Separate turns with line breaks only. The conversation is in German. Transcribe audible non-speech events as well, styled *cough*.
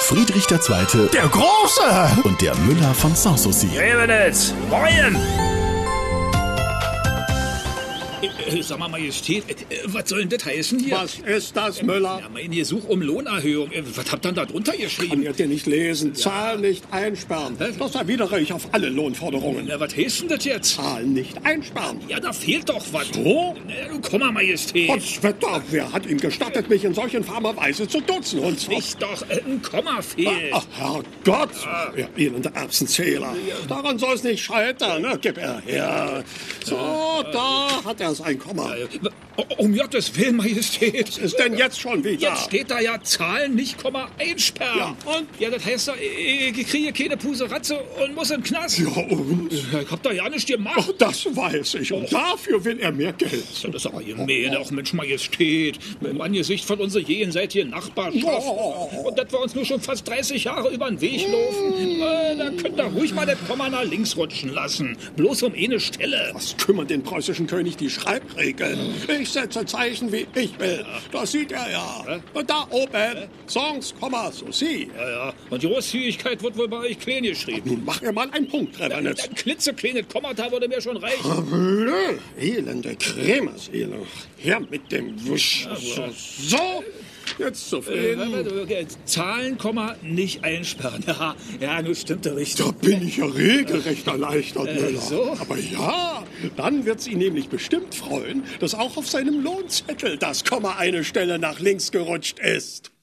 Friedrich II.
Der Große!
und der Müller von Sanssouci.
Revenitz! Reuen!
Äh, Sag mal, Majestät, äh, was soll denn das heißen hier?
Was ist das, Müller?
Ja, mein Gesuch um Lohnerhöhung. Äh, Was habt ihr denn da drunter
Kann
geschrieben?
ihr dir nicht lesen. Zahl nicht einsperren.
Hä?
Das erwidere ich auf alle Lohnforderungen.
Na, was heißt denn das jetzt?
Zahl nicht einsperren.
Ja, da fehlt doch was.
So?
Na, du komm mal, Majestät.
Potz Wetter, wer hat ihm gestattet, mich in solch infamer Weise zu dutzen? Und
Nicht doch, äh, ein Komma fehlt.
Ach, Herrgott, ihr elender Erbsenzähler. Daran soll es nicht scheitern. Na, gib er her. So, da hat er sein Komma.
Äh, oh, Um Gottes Willen, Majestät.
Ist denn jetzt schon wieder?
Jetzt steht da ja Zahlen nicht Komma einsperren.
Ja, und?
Ja, das heißt doch, äh, ich ich kriege keine Puseratze und muss in den Knast.
Ja, und?
Ich hab da ja nichts gemacht.
Ach, das weiß ich. Und dafür will er mehr Geld.
Das ist aber gemein, auch Mensch Majestät, im Angesicht von unserer jenseitigen Nachbarschaft.
Oh.
Und dass wir uns nur schon fast 30 Jahre über den Weg laufen, äh, da könnt ihr ruhig mal den Komma nach links rutschen lassen. Bloß um eine Stelle.
Was kümmert den preußischen König die Schreibregeln? Ich setze Zeichen, wie ich will. Das sieht er ja. Und da oben, Songs, Komma, so sie.
Ja, ja. Und Großzügigkeit wird wohl bei euch klein geschrieben.
Nun mach ihr mal einen Punkt, Revenitz.
Ein klitzekleines Komma, da würde mir schon reichen.
Blö, elende Krämerseele. Her mit dem Wisch. So, so. jetzt
Äh,
zufrieden.
Okay, Zahlen, Komma, nicht einsperren. *laughs* Ja, ja nun stimmt der richtig.
Da bin ich ja regelrecht erleichtert, Müller.
so?
Aber ja, dann wird es ihn nämlich bestimmt freuen, dass auch auf seinem Lohnzettel das Komma eine Stelle nach links gerutscht ist.